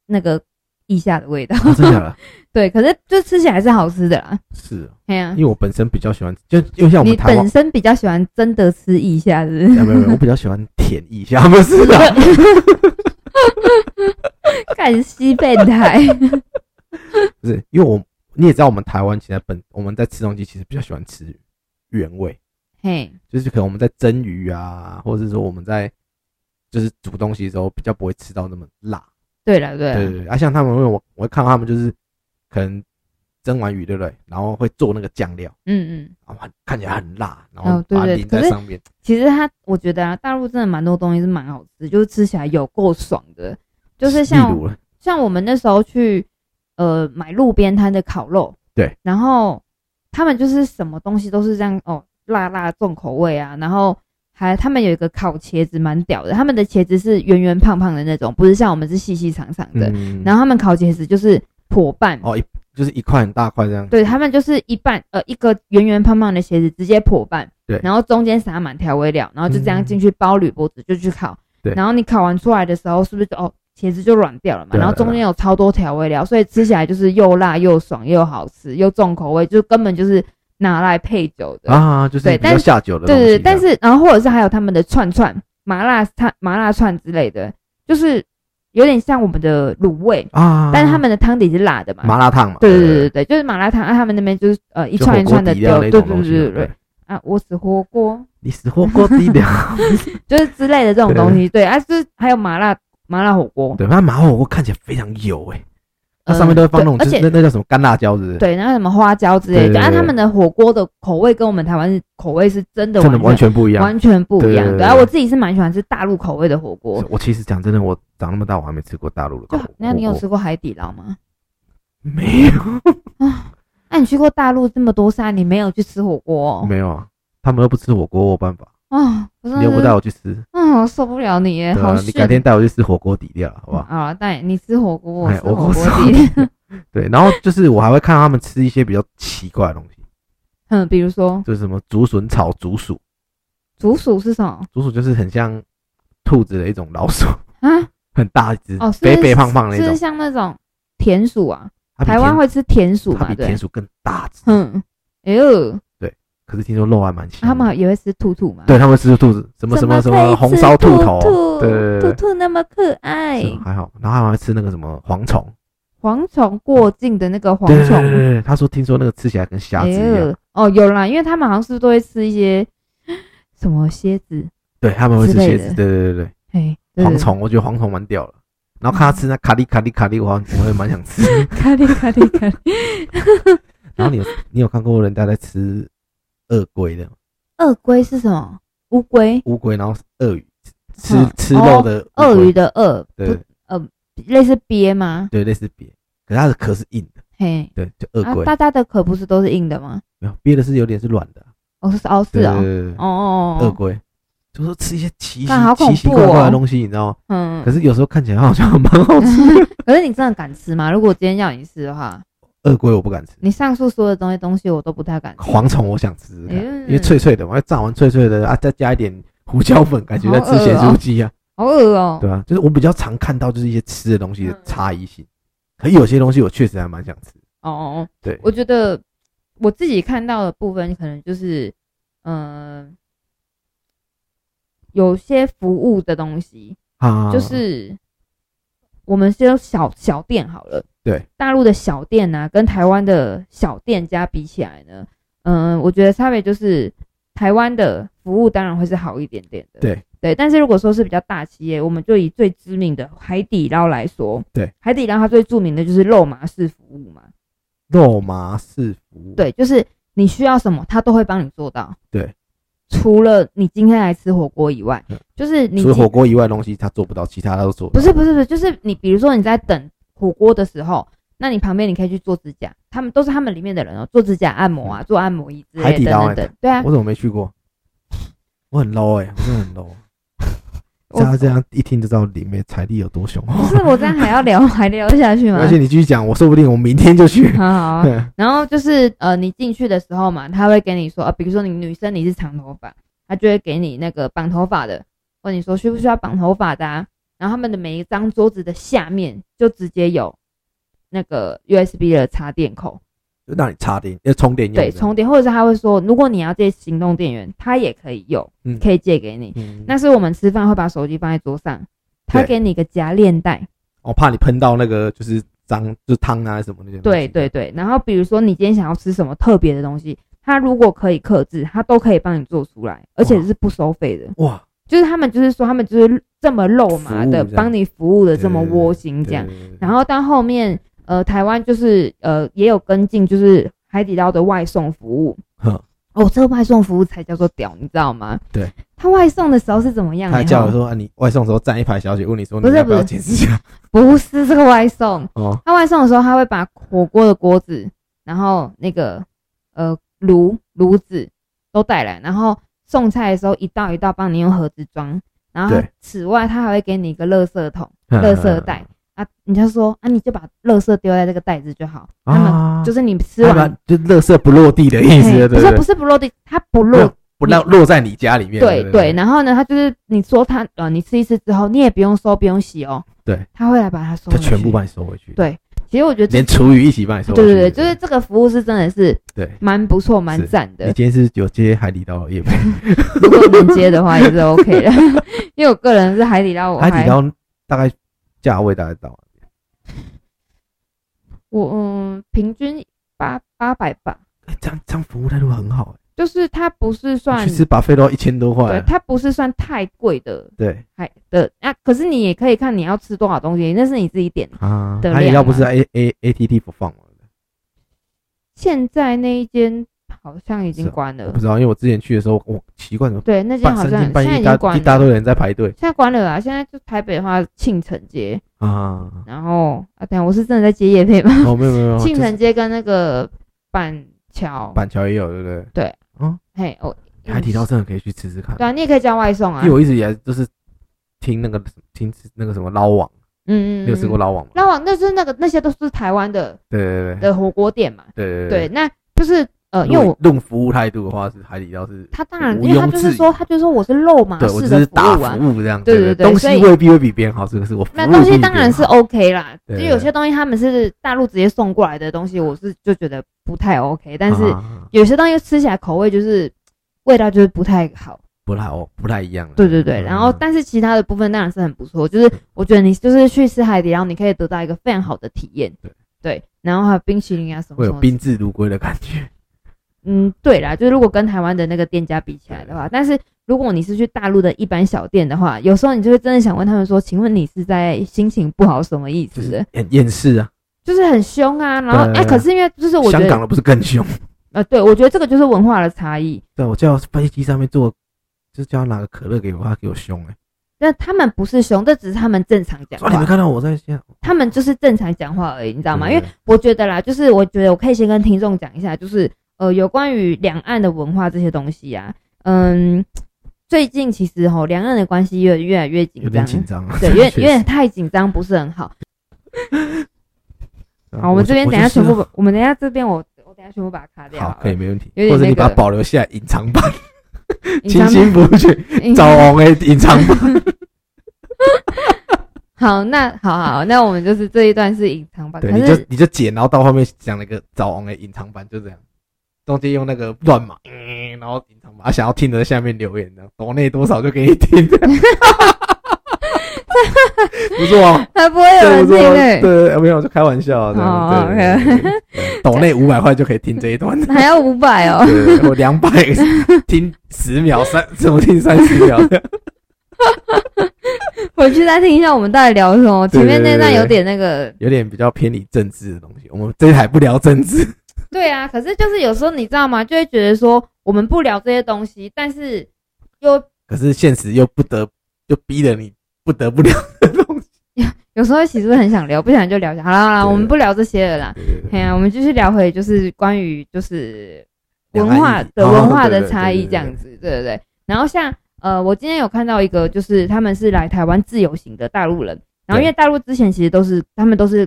那个腋下的味道，啊真的假的？ 对，可是就吃起来是好吃的啦，是，啊哎呀、因为我本身比较喜欢，就就哦像我你们台湾本身比较喜欢真的吃腋下，是不是？啊，没有没有，我比较喜欢舔一下，不是啊， 干西变 态，不是，因为我你也知道，我们台湾现在本我们在吃东西其实比较喜欢吃原味，嘿，就是可能我们在蒸鱼啊，或者是说我们在就是煮东西的时候比较不会吃到那么辣，对了对对了，对对，啊，像他们会我我会看到他们就是可能蒸完鱼对不对，然后会做那个酱料，嗯嗯，然后很看起来很辣，然哦后对把它对淋可在是上面，其实它我觉得啊，大陆真的蛮多东西是蛮好吃，就是吃起来有够爽的，就是例像如了，像我们那时候去呃买路边摊的烤肉，对，然后他们就是什么东西都是这样哦，辣辣重口味啊，然后。还他们有一个烤茄子蛮屌的，他们的茄子是圆圆胖胖的那种，不是像我们是细细长长的。嗯然后他们烤茄子就是破半，哦一就是一块很大块这样，对他们就是一半呃一个圆圆胖胖的茄子直接破半，对然后中间撒满调味料，然后就这样嗯进去包铝箔纸就去烤，对然后你烤完出来的时候是不是就哦茄子就软掉了嘛？对啊然后中间有超多调味料，所以吃起来就是又辣又爽又好吃又重口味，就根本就是拿来配酒的。啊，就是对比较但是下酒的对东西啊这对对，样，但是然后或者是还有他们的串串麻辣串麻辣串之类的，就是有点像我们的卤味，啊，但是他们的汤底是辣的嘛，麻辣烫嘛，对对对对对，就是麻辣烫，啊，他们那边就是呃一就串一火锅串的底丢料，对那对种东对西对嘛对，啊，我死火锅你死火锅底 料，就是之类的这种东西，对啊，就是还有麻辣麻辣火锅，对，它麻辣火锅看起来非常油哎，它呃上面都会放那种，对就而是且那那叫什么干辣椒，是不是？，对，然后什么花椒之类对对的，啊，对他们的火锅的口味跟我们台湾口味是真的真的完完全不一样。完全不一样对对的。对啊，对我自己是蛮喜欢吃大陆口味的火锅是。我其实讲真的，我长那么大我还没吃过大陆的就火锅。那你有我吃过海底捞吗？没有？那、你去过大陆这么多山，你没有去吃火锅、哦？没有啊，他们又不吃火锅，我有办法。啊，我真你又不的带是，我去吃，嗯，我受不了你耶，对好啊，逊。你改天带我去吃火锅底料，好不好？啊，但你吃火锅，嗯我哎吃火我锅吃火底。 对，然后就是我还会看他们吃一些比较奇怪的东西， 嗯，比如说就是什么竹笋炒竹鼠，竹鼠是什么竹鼠就是很像兔子的一种老鼠，啊？很大一只哦，，是肥肥胖胖的那是种。像那种田鼠啊，它比台湾田会吃田鼠它嘛？比对田，鼠更大只，嗯，哎呦，可是听说肉还蛮他香的。们也会吃兔兔嘛？对，他们吃兔子，什么什么什么红烧兔头，啊兔对对兔对兔那么可爱对，，是还好。然后还会吃那个什么蝗虫，蝗虫过境的那个蝗对对对对虫，对，他说听说那个吃起来跟虾子一哎样，呦哦，有啦，因为他们好像是不是都会吃一些什么蝎子，对他们会吃之类蝎子，的对对对哎，对，对蝗， 虫，我觉得蝗虫蛮屌了。然后看他吃那卡利卡利卡利，我好像我也蛮想吃。咖喱咖喱咖 喱，然后你有你有看过人家在吃鳄龟的吗鳄龟是什么？乌龟，乌龟，然后鳄鱼吃嗯吃肉的鳄龟鱼，的鳄，对不，类似鳖吗？对，类似鳖，可是它的壳是硬的，嘿，对，就鳄啊，龟，大家的壳不是都是硬的吗？没有鳖的是有点是软的，哦，是哦，是对哦对，对对哦，哦鳄哦，龟，就说吃一些奇奇干好恐奇奇怖怪怪的哦东西，你知道吗？嗯可，是有时候看起来好像蛮 好吃。可是你真的敢吃吗？如果我今天要你吃的话，鳄龟我不敢吃，你上述所有东西东西我都不太敢吃，蝗虫我想吃吃看，嗯因为脆脆的嘛，要炸完脆脆的啊，再加一点胡椒粉，感觉在吃好恶咸酥哦鸡啊，好恶哦、对啊，就是我比较常看到就是一些吃的东西的嗯差异性，可有些东西我确实还蛮想吃，哦哦，对我觉得我自己看到的部分可能就是，嗯、有些服务的东西，啊，就是我们先小小店好了。对，大陆的小店呢、跟台湾的小店家比起来呢，嗯、我觉得差别就是台湾的服务当然会是好一点点的。对对，但是如果说是比较大企业，我们就以最知名的海底捞来说，对，海底捞它最著名的就是肉麻式服务嘛，肉麻式服务，对，就是你需要什么，它都会帮你做到。对。除了你今天来吃火锅以外嗯，就是你除了今火锅以外的东西他做不到，其他他都做不是不是不是，就是你比如说你在等火锅的时候，那你旁边你可以去做指甲，他们都是他们里面的人哦，做指甲、按摩啊，做按摩椅之嗯海类底的捞等欸等等，对啊我，怎么没去过？我很 low 哎、我真的很 low。 我大家这样一听就知道里面财力有多 雄厚。不是我这样还要聊还聊得下去吗 而？且你继续讲，我说不定我明天就去。 好好啊，对然后就是呃，你进去的时候嘛，他会给你说，呃，比如说你女生你是长头发，他就会给你那个绑头发的，问你说需不需要绑头发的、啊。然后他们的每一张桌子的下面就直接有那个 USB 的插电口， 就让你插电，要充电用。对，充。电，或者是他会说，如果你要借行动电源，他也可以有，嗯可以借给你。嗯，那是我们吃饭会把手机放在桌上，他对给你一个夹链袋，我怕你喷到那个就是脏，就是汤啊什么那些东西。对对对，然后比如说你今天想要吃什么特别的东西，他如果可以克制，他都可以帮你做出来，而且是不收费的。哇，就是他们就是说他们就是这么肉麻服务这的样帮你服务的这么对对对窝心这样。对。对对然后到后面呃台湾就是呃也有跟进，就是海底捞的外送服务。哼哦，这个外送服务才叫做屌，你知道吗？对，他外送的时候是怎么样他呢？还叫我哈说啊，你外送的时候站一排小姐，问你说不你是要不要不是剪指 甲？不是这个外送，哦，他外送的时候，他会把火锅的锅子，然后那个呃炉炉子都带来，然后送菜的时候一道一道帮你用盒子装。然后对嗯此外，他还会给你一个垃圾桶、乐垃 圾袋啊，你就说啊，你就把垃圾丢在这个袋子就好。他们啊，就是你吃他把完，就乐色不落地的意思，对嘿不是不对？是不落地，它不没落有不落落在你家里面。对对，然后呢，他就是你说他呃，你吃一次之后，你也不用收，不用洗哦，对，他会来把它收他回全部去把你收回去。对其实我觉得这连厨余一起帮你收回对去。对对，就是这个服务是真的是对。蛮不错、蛮是赞你 的。今天是有接海底捞的夜配，如果能接的话也是 OK 的， 因为我个人是海底捞，我海还底捞大概价位大概到我嗯平均八八百吧，哎，这样这样服务态度很好、欸，就是它不是算去吃把费都要一千多块对，，它不是算太贵的，对还的啊。可是你也可以看你要吃多少东西，那是你自己点的。啊，的他也量要不啊是 A A A T T 不放我，现在那一间好像已经是啊关我了不，知道，因为我之前去的时候，我奇怪怎么对，那间半好三像更半现在夜已一经大关一大堆了，人在排队现在关了啊。现在就台北的话，庆城街，啊，然后啊，等一下我是真的在接夜配吗？哦没有没有，没有庆就是城街跟那个板桥，板桥也有对不对？对，嗯，嘿，哦，海底捞真的可以去吃吃看，对啊，你也可以叫外送啊因为。我一直以来都是听那个听那个什么捞网，嗯嗯，你有吃过捞捞网吗？捞网？那是那个那些都是台湾的对对对的火锅店嘛。对对，那就是呃，如因果为我论服务态度的话，是海底捞是他当然，毋因为他庸就置是疑说，他就说我是肉麻对我式只的是服打务啊。服务这样，对对对对东所以西未必会比别人好吃，可是我服务那东一西定当比别然人是好 OK 啦，就对有些东西他们是大陆直接送过来的东西，我是就觉得不太 OK，但是啊啊啊有些东西吃起来口味就是味道就是不太好。不太哦不太一样了。对对对，然后嗯但是其他的部分当然是很不错，就是我觉得你就是去吃海底捞，你可以得到一个非常好的体验。对然后还有冰淇淋啊什么会什有么。宾至如归的感 觉。嗯，对啦，就是如果跟台湾的那个店家比起来的话，但是如果你是去大陆的一般小店的话，有时候你就会真的想问他们说，请问你是在心情不好什么意就思是很厌世啊。就是很凶啊，然后对哎、可是因为就是我觉香港得的不是更凶？ 呃，对我觉得这个就是文化的差异。对，我叫飞机上面坐，就叫他拿个可乐给我，他给我凶哎、但他们不是凶，这只是他们正常讲说、啊、你嗯话没，看到我在现，知他们就是正常讲话而已，你哎知道吗？因为我觉得啦，就是我觉得我可以先跟听众讲一下，就是呃，有关于两岸的文化这些东西啊，嗯，最近其实吼两岸的关系越越来越紧有点张，紧张啊。对，有点确有实 点太紧张，不是很好。对啊好，我们这边就等一下就全是部把，我们等一下这边我我等一下全部把它卡掉好了，可以，没问题。有点或者那你把它个保留下来，隐藏版，隐清藏新不 去，隐找藏红诶，隐藏版。好，那好好，那我们就是这一段是隐藏版，对，可你啊就是你就剪，然后到后面讲了一个找红诶，隐藏版，就这样。中间用那个乱码，嗯然后隐藏版，啊想要听的在下面留言的，国内多少就给你听。不错哦，还不会有对，人不听是我诶、对，没有，就开玩笑啊。哦这样对对对对抖内五百块就可以听这一段， 还要五百哦。对我两百听十秒，三怎么听三十秒？回去再听一下我们到底聊什么。对前面那对对段对有点那个，有点比较偏离政治的东西。我们这一台不聊政治，对啊。可是就是有时候你知道吗？就会觉得说我们不聊这些东西，但是又可是现实又不得，又逼得你不得不聊的东西。有时候其实很想聊，不想就聊一下。好啦好啦，对对对我们不聊这些了啦。对对哎对，呀、我们继续聊回就是关于就是两文岸化议题的哦文化对对的对差对异对这样子，对对对。然后像呃，我今天有看到一个，就是他们是来台湾自由行的大陆人，然后因为大陆之前其实都是他们都是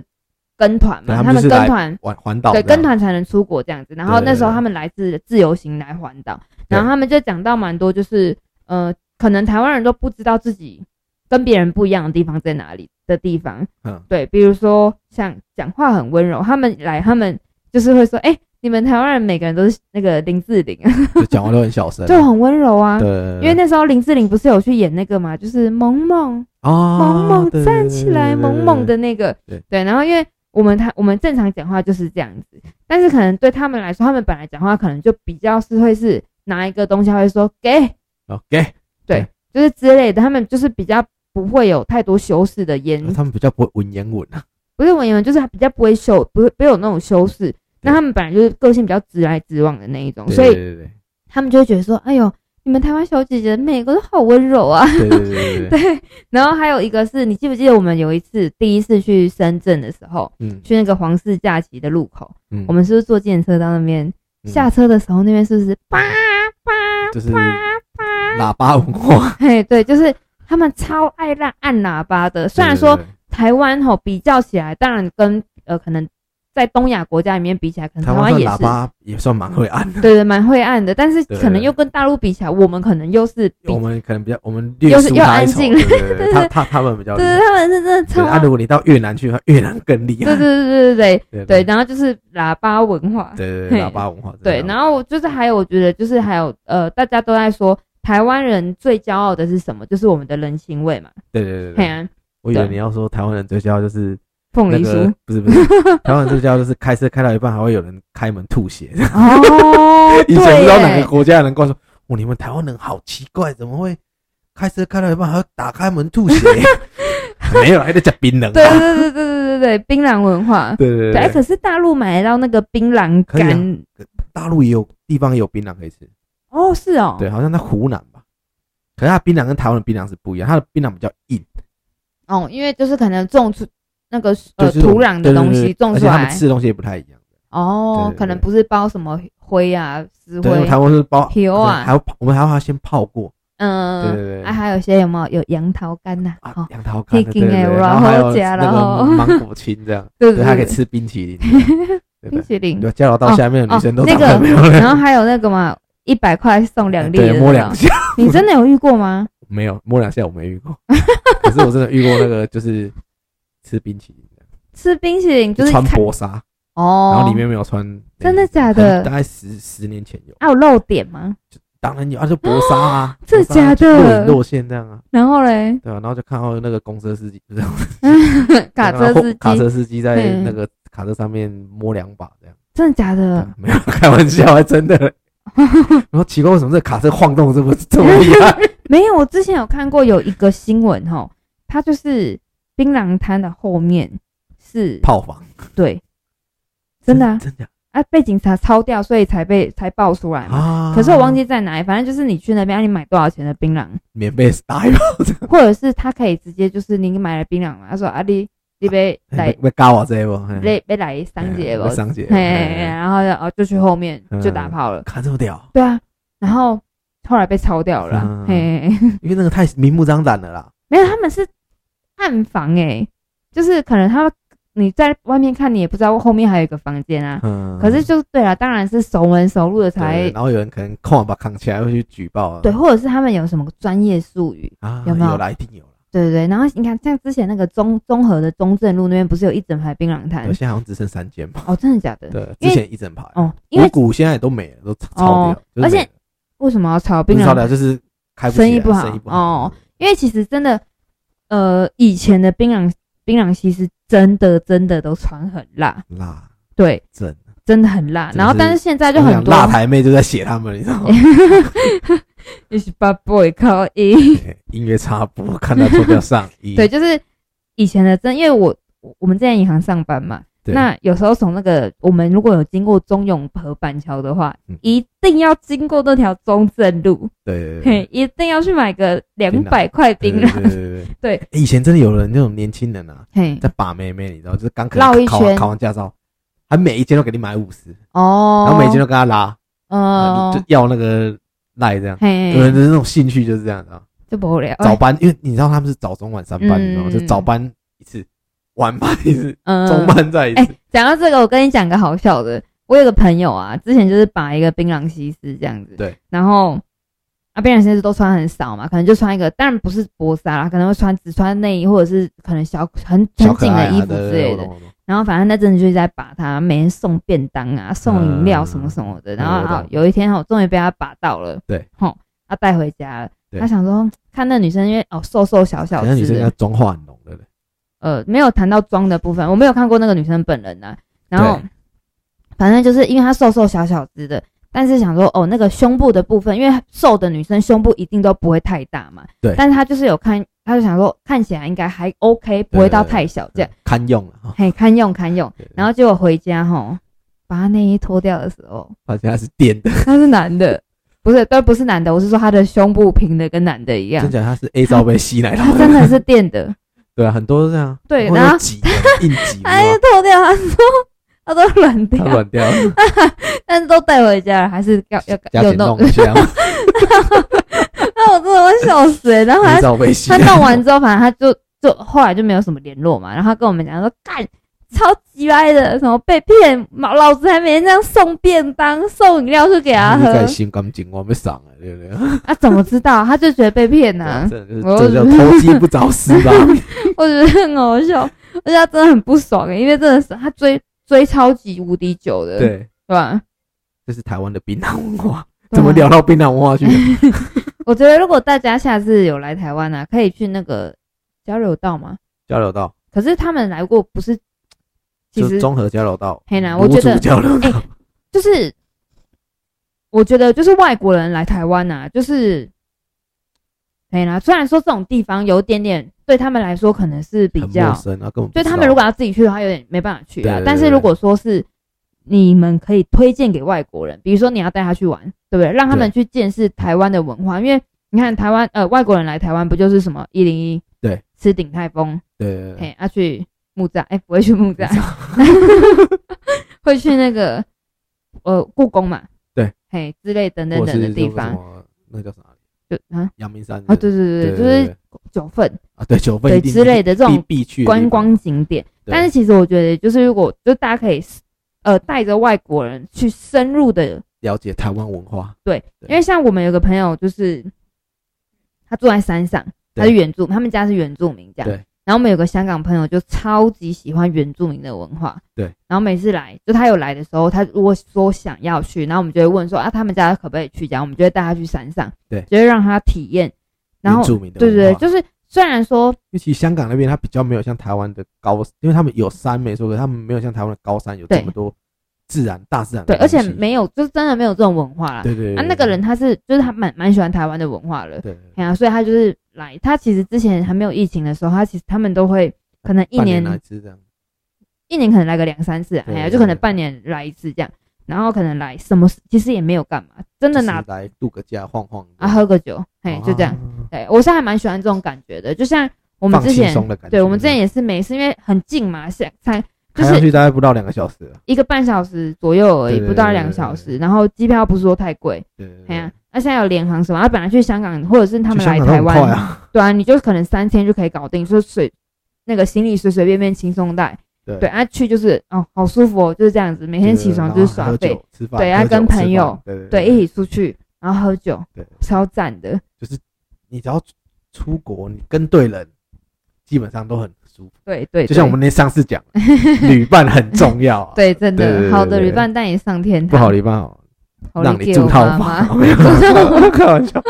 跟团对嘛，他他们就们是跟来团环环岛对，这样跟，团才能出国这样子。然后哦对那时候对他们来自自由行来环岛，然后他们就讲到蛮多，就是呃，可能台湾人都不知道自己跟别人不一样的地方在哪里的地方。嗯，对，比如说像讲话很温柔，他们来他们就是会说，哎、你们台湾人每个人都是那个林志玲，就讲话都很小声 ，就很温柔啊。对，因为那时候林志玲不是有去演那个嘛，就是萌萌啊，萌萌对站起来，萌萌，对对对对对的那个，对对，然后因为我们他我们正常讲话就是这样子，但是可能对他们来说，他们本来讲话可能就比较是会是拿一个东西他会说给，好给就是之类的，他们就是比较不会有太多修饰的言，他们比较不会文言文啊，不是文言文，就是比较不会修，不会不会有那种修饰。那他们本来就是个性比较直来直往的那一种，对所以对对他们就会觉得说，哎呦，你们台湾小姐姐每个都好温柔啊。 对对对对对对，对，然后还有一个是你记不记得我们有一次第一次去深圳的时候，嗯去那个皇室假期的路口，嗯，我们是不是坐电车到那边？嗯下车的时候，那边是不是叭就是喇叭文化，嘿，对，就是他们超爱让按喇叭的。虽然说对对台湾吼比较起来，当然跟呃可能在东亚国家里面比起来，可对台能台湾湾算也喇是叭也算蛮会按的，对对蛮会按的，但是对可能又跟大陆比起来，我们可能又是比我们可能比较我们略又是输又他安一筹，静对对对，他他他们比较对厉害对，他们是真的超对啊，爱如果你到越南去，的话，越南更厉对对害。对对对对对，然后就是喇叭文化，对嘿对，喇叭文化真的。对，然后就是还有，我觉得就是还有呃，大家都在说台湾人最骄傲的是什么？就是我们的人情味嘛。对对对嘿对，啊，我以为对你要说台湾人最骄傲就是凤那梨酥个不是不 是，台湾这叫就是开车开到一半还会有人开门吐 血，哦，以前不知道哪对个耶国家的人跟我说，哦，你们台湾人好奇怪，怎么会开车开到一半还要打开门吐血？ 没有，还在讲槟榔、对啊。对对对对对对，槟榔文化。对对对哎，可对，是大陆买得到那个槟榔可以啊干大陆也有地方也有槟榔可以吃，哦，是哦，对，好像在湖南吧。可是它槟榔跟台湾的槟榔是不一样，它的槟榔比较硬，哦，因为就是可能种出那个呃就是我土壤对的对东对西种而出且他们来吃的东西也不太一样。哦对，对可能对不是包什么灰啊、石对，因为灰台，湾是包，皮哦啊还要我们还要先泡过，对对嗯，对。啊，还有些有没有有杨桃干呐？啊哦，，杨桃干的，最对近对对，的然后还有我加了那个哦芒果青这样， 对对，还可以对，吃冰淇淋这样，对冰对。淇淋你，说交流道下面的女生都哦长那得个没 有然后还有那个嘛，一百块送两粒的对，摸那两种，下， 你真的有遇过吗？没有摸两下我没遇 过，可是我真的遇过那个就是吃冰淇淋的，吃冰淇淋就是穿看薄纱，哦，然后里面没有穿内衣，真的假的很大概十十年前有，啊有漏点吗？当然有，啊就薄纱啊， 真的薄纱假啊的若隐若现这样啊，然后 嘞，对吧？然后就看到那个公车司机， 不是看到卡车后司机卡车司机在嗯那个卡车上面摸两把这样。真的假的啊？没有开玩笑，还真 的。然后奇怪，为什么这卡车晃动这么这么厉 害？没有，我之前有看过有一个新闻吼，它就是槟榔摊的后面是炮房，对，真的啊真的啊被警察抄掉，所以才被才爆出来嘛。啊！可是我忘记在哪里，反正就是你去那边，啊你买多少钱的槟榔，免费打一炮，或者是他可以直接就是你买了槟榔嘛，他说啊你你别来 会会搞我啊这一波，嘿别别来三节嘿吧会，上节，嘿嘿，嘿嘿嗯然后就哦就去后面就打炮了，卡这么屌，对啊，然后后来被抄掉了啊，嗯嘿嘿嘿。 因为那个太明目张胆了啦。没有，他们是暗房哎、就是可能他们你在外面看，你也不知道后面还有一个房间啊。嗯，可是就对了，当然是熟门熟路的对才然后有人可能空把扛起来会去举报啊，对，或者是他们有什么专业术语，啊，有没有有啦，一定有啦。对对对。然后你看，像之前那个中综合的中正路那边不是有一整排槟榔摊对，？现在好像只剩三间嘛。哦，真的假的？对，嗯因之为前一整排，哦，因五为股现在也都没了，都超哦掉，就是而且没了为什么要炒不槟是超榔掉，摊？就是开生意起来不好生意不哦，因为其实真的，呃，以前的槟榔槟榔西是真的真的都传很辣，辣对，真。真的很辣。真的然后是但是现在就我很想多辣台妹就在写他们，你知道 吗？一起把 boy 靠一。对音乐插播，看到坐标上一，对，就是以前的真，因为我我我们在银行上班嘛，对那有时候从那个我们如果有经过中永和板桥的话，嗯一定要经过那条中正路，对对嘿对，一定要去买个两榔百块槟对对榔，对对啊 对欸以前真的有人那种年轻人啊，嘿，在把妹妹，你知道，就是刚可绕能一考圈完考完驾照，他每一间都给你买五十，哦，然后每一间都跟他拉，啊哦，就要那个赖这样。嘿有，人的那种兴趣就是这样的啊，就不聊，早班，因为你知道他们是早中晚三班，哎嗯你知道吗？就早班一次，晚班一次，嗯中班再一哎次。讲到这个，我跟你讲个好笑的。我有个朋友啊，之前就是把一个槟榔西施这样子，对，然后啊，槟榔西施都穿很少嘛，可能就穿一个，当然不是薄纱啦，可能会穿只穿内衣或者是可能小很小很可紧爱啊的衣服对对之对类我的懂。我懂然后反正那阵子就是在把他，每天送便当啊，送饮料什么什么嗯的。然后我啊懂，有一天哦，终于被他把到了，对，吼，他带回家了。对他想说，看那女生因为哦瘦瘦小小可只的，能女生应该妆化很浓的嘞，呃，没有谈到妆的部分，我没有看过那个女生本人呐、啊然后，反正就是因为她瘦瘦小小只的，但是想说哦，那个胸部的部分，因为瘦的女生胸部一定都不会太大嘛。对但是她就是有看，她就想说看起来应该还 OK，不会到太小这样。堪用了哈。嘿，堪用堪用。对然后结果回家吼，把她内衣脱掉的时候，发现他是电的，她是男的，不是，都不是男的，我是说她的胸部平的跟男的一样真，假他是 A 罩杯吸 奶她头，真的是垫的。对啊，很多都这样，对或者然后挤的硬挤，哎你知道吗，脱掉，她说她都软掉它。软掉， 了，但是都带回家了，还是要要加要减弄弄。一下， 那我真的会笑死、欸。然后 A 他罩杯吸他奶头，弄完之后，反正他就就后来就没有什么联络嘛。然后他跟我们讲说，干超级歪的，什么被骗，老老子还每天这样送便当、送饮料去给他你喝自己心甘情愿被赏了，对不对？ 啊？怎么知道？他就觉得被骗呐、 对啊真的就是我这 叫偷鸡不着蚀把米，我觉得很好笑，而且他真的很不爽、欸，因为真的是他追追超级无敌久的，对，对吧？这是台湾的槟榔文化，对啊怎么聊到槟榔文化去了？我觉得如果大家下次有来台湾啊，可以去那个交流道嘛。交流到可是他们来过不是其就实综合交流道，嘿啦卢我觉得哎竹交流道，就是我觉得就是外国人来台湾呐、就是可以啦。虽然说这种地方有点点对他们来说可能是比很陌较，生啊，根本不就知他道们如果要自己去的话，有点没办法去对啊对。对但是如果说是你们可以推荐给外国人，比如说你要带他去玩，对不对？让他们去见识台湾的文化，因为你看台湾呃外国人来台湾不就是什么一零一对吃鼎泰丰，对对对嘿，啊去木栅，哎、不会去木栅， 会去那个呃故宫嘛，对，嘿之类等对，或等者等的是地那个什方，么那叫啥？就啊阳明山啊对对对，对对就是九份啊对九份对一定之类的这必种必去的地观方光景点。对但是其实我觉得，就是如果就大家可以呃带着外国人去深入的，了解台湾文化，对因为像我们有个朋友就是他住在山上，他是对原住，他们家是原住民这样对。然后我们有个香港朋友就超级喜欢原住民的文化，对。然后每次来，就他有来的时候，他如果说想要去，然后我们就会问说啊，他们家可不可以去？这样我们就会带他去山上，对就会让他体验。然后原住民的对对对，文化就是虽然说因为其实香港那边它比较没有像台湾的高，因为他们有山没错，可是他们没有像台湾的高山有对这么多自然大自然对，的而东西。且没有，就是真的没有这种文化啦。对对对啊，那个人他是就是他蛮蛮喜欢台湾的文化了，对哎呀、所以他就是来，他其实之前还没有疫情的时候，他其实他们都会可能一半年年来吃这样，一年可能来个两三次啊，哎对呀、对就可能对半年来一次这样，然后可能来什么事其实也没有干嘛，真的就是拿来度个假晃晃啊喝个酒，嘿，就这样。，啊对我是还蛮喜欢这种感觉的，就像我们放之轻前松的感觉。对我们之前也是每次因为很近嘛，是才就开上是去大概不到两个小时啊了，一个半小时左右而已，对对不到对对两个对小对时，然后机票不是说太贵。对对哎对呀，，那现在有联航什么？啊他本来去香港或者是他们去香来港台都很湾，快啊，对啊，你就可能三天就可以搞定，就是随那个行李随随便便轻松带，对对，啊，去就是哦，好舒服哦，就是这样子，每天起床就是耍废，，对对对然后喝酒吃饭，对啊喝酒吃跟饭朋友对对，一起出去，然后喝酒，对超赞的，你只要出出国，你跟对人，基本上都很舒服。对对，就像对我们那上次讲的， 旅伴很重要啊，对真对对的对好的对旅对伴带你上天不堂，好旅伴哦。好让理你解住我套妈妈，房，没有啦， 开玩笑，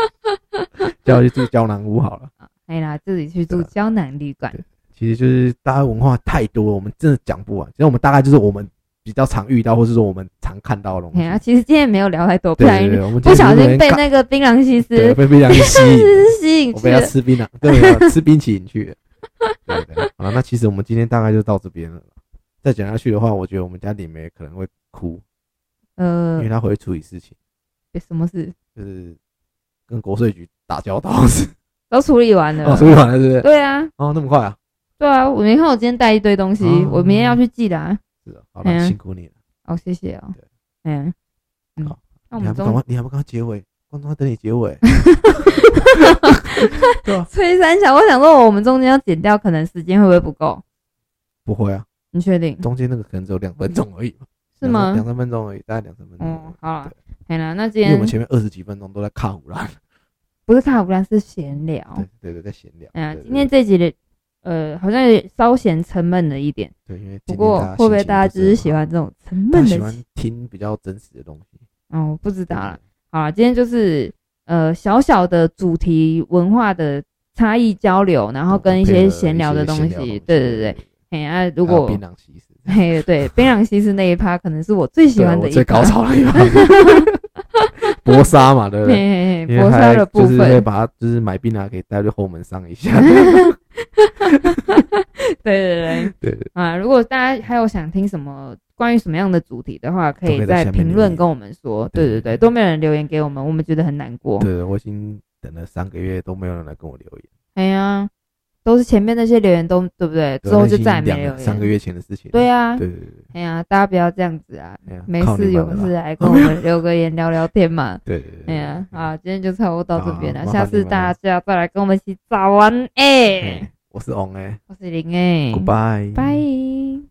叫我去住胶囊屋好了。哎啦，自己去住对啊胶南旅馆对，其实就是大家文化太多了，我们真的讲不完。其实我们大概就是我们比较常遇到，或是说我们常看到的东哎西。呀，其实今天没有聊太多，不对然对对，我们不小心被今天那个槟榔西有点尬对施被槟榔吸引，吸引我去被他了。吃槟榔，对，吃冰淇淋去了。对对，好了，那其实我们今天大概就到这边了。再讲下去的话，我觉得我们家里面可能会哭，因呃为，他会处理事情，什么事就是跟国税局打交道是。都处理完哦，了处。理完了是不是？对啊，哦，那么快啊？对啊，我没看我今天带一堆东西，哦我明天要去寄的啊。是啊，好哎呀了，辛苦你了。哦，谢谢哦对。嗯，嗯好，那我你还不们赶中快，你还不赶快结尾？观众在等你结 尾。对啊，崔三小，我想说我们中间要剪掉，可能时间会不会不够？不会啊，你确定中间那个可能只有两分钟而已嘛，是吗两？两三分钟而已，大概两三分钟而哦已。，好了对，好了，那今因为我们前天面二十几分钟都在卡胡兰，不是卡普兰是闲聊。对对对，在闲聊。哎呀，对哦今天这集的呃，好像有稍显沉闷了一点，对，对因为不今天过大家会不心会情大家只是很喜好欢这种沉大闷家的喜欢气听比较真实的东西？哦，不知道对啦。好啦，今天就是呃小小的主题文化的差异交流，然后哦跟一些闲聊的东西，对对对。对，嘿啊，如还有果槟榔西施，嘿对槟榔西施那一趴，可能是我最喜对欢的我一最趴高，潮的 一趴，搏杀嘛，对不嘿对？嘿嘿，因为搏杀还的部就是会分，把它就是买槟榔给带去后门上一下。 对对对对对对，啊！如果大家还有想听什么关于什么样的主题的话，可都可以以在在下面评留论言跟我们说，对对对对，对都没有人留言给我们，我们觉得很难过。对我已经等了三个月都没有人来跟我留言，哎呀，都是前面那些留言都对不对？对之后那就已经再也没两留言。三个月前的事情。对啊，对对对哎呀，大家不要这样子啊，哎呀没靠你事们有了啦。事来跟我们留个言聊聊天嘛对对对哎对呀，好，今天就差不多到这边了，好麻下烦次你们大了家再来跟我们一起早安哎，哎我是翁哎我是林哎， ，Goodbye，拜。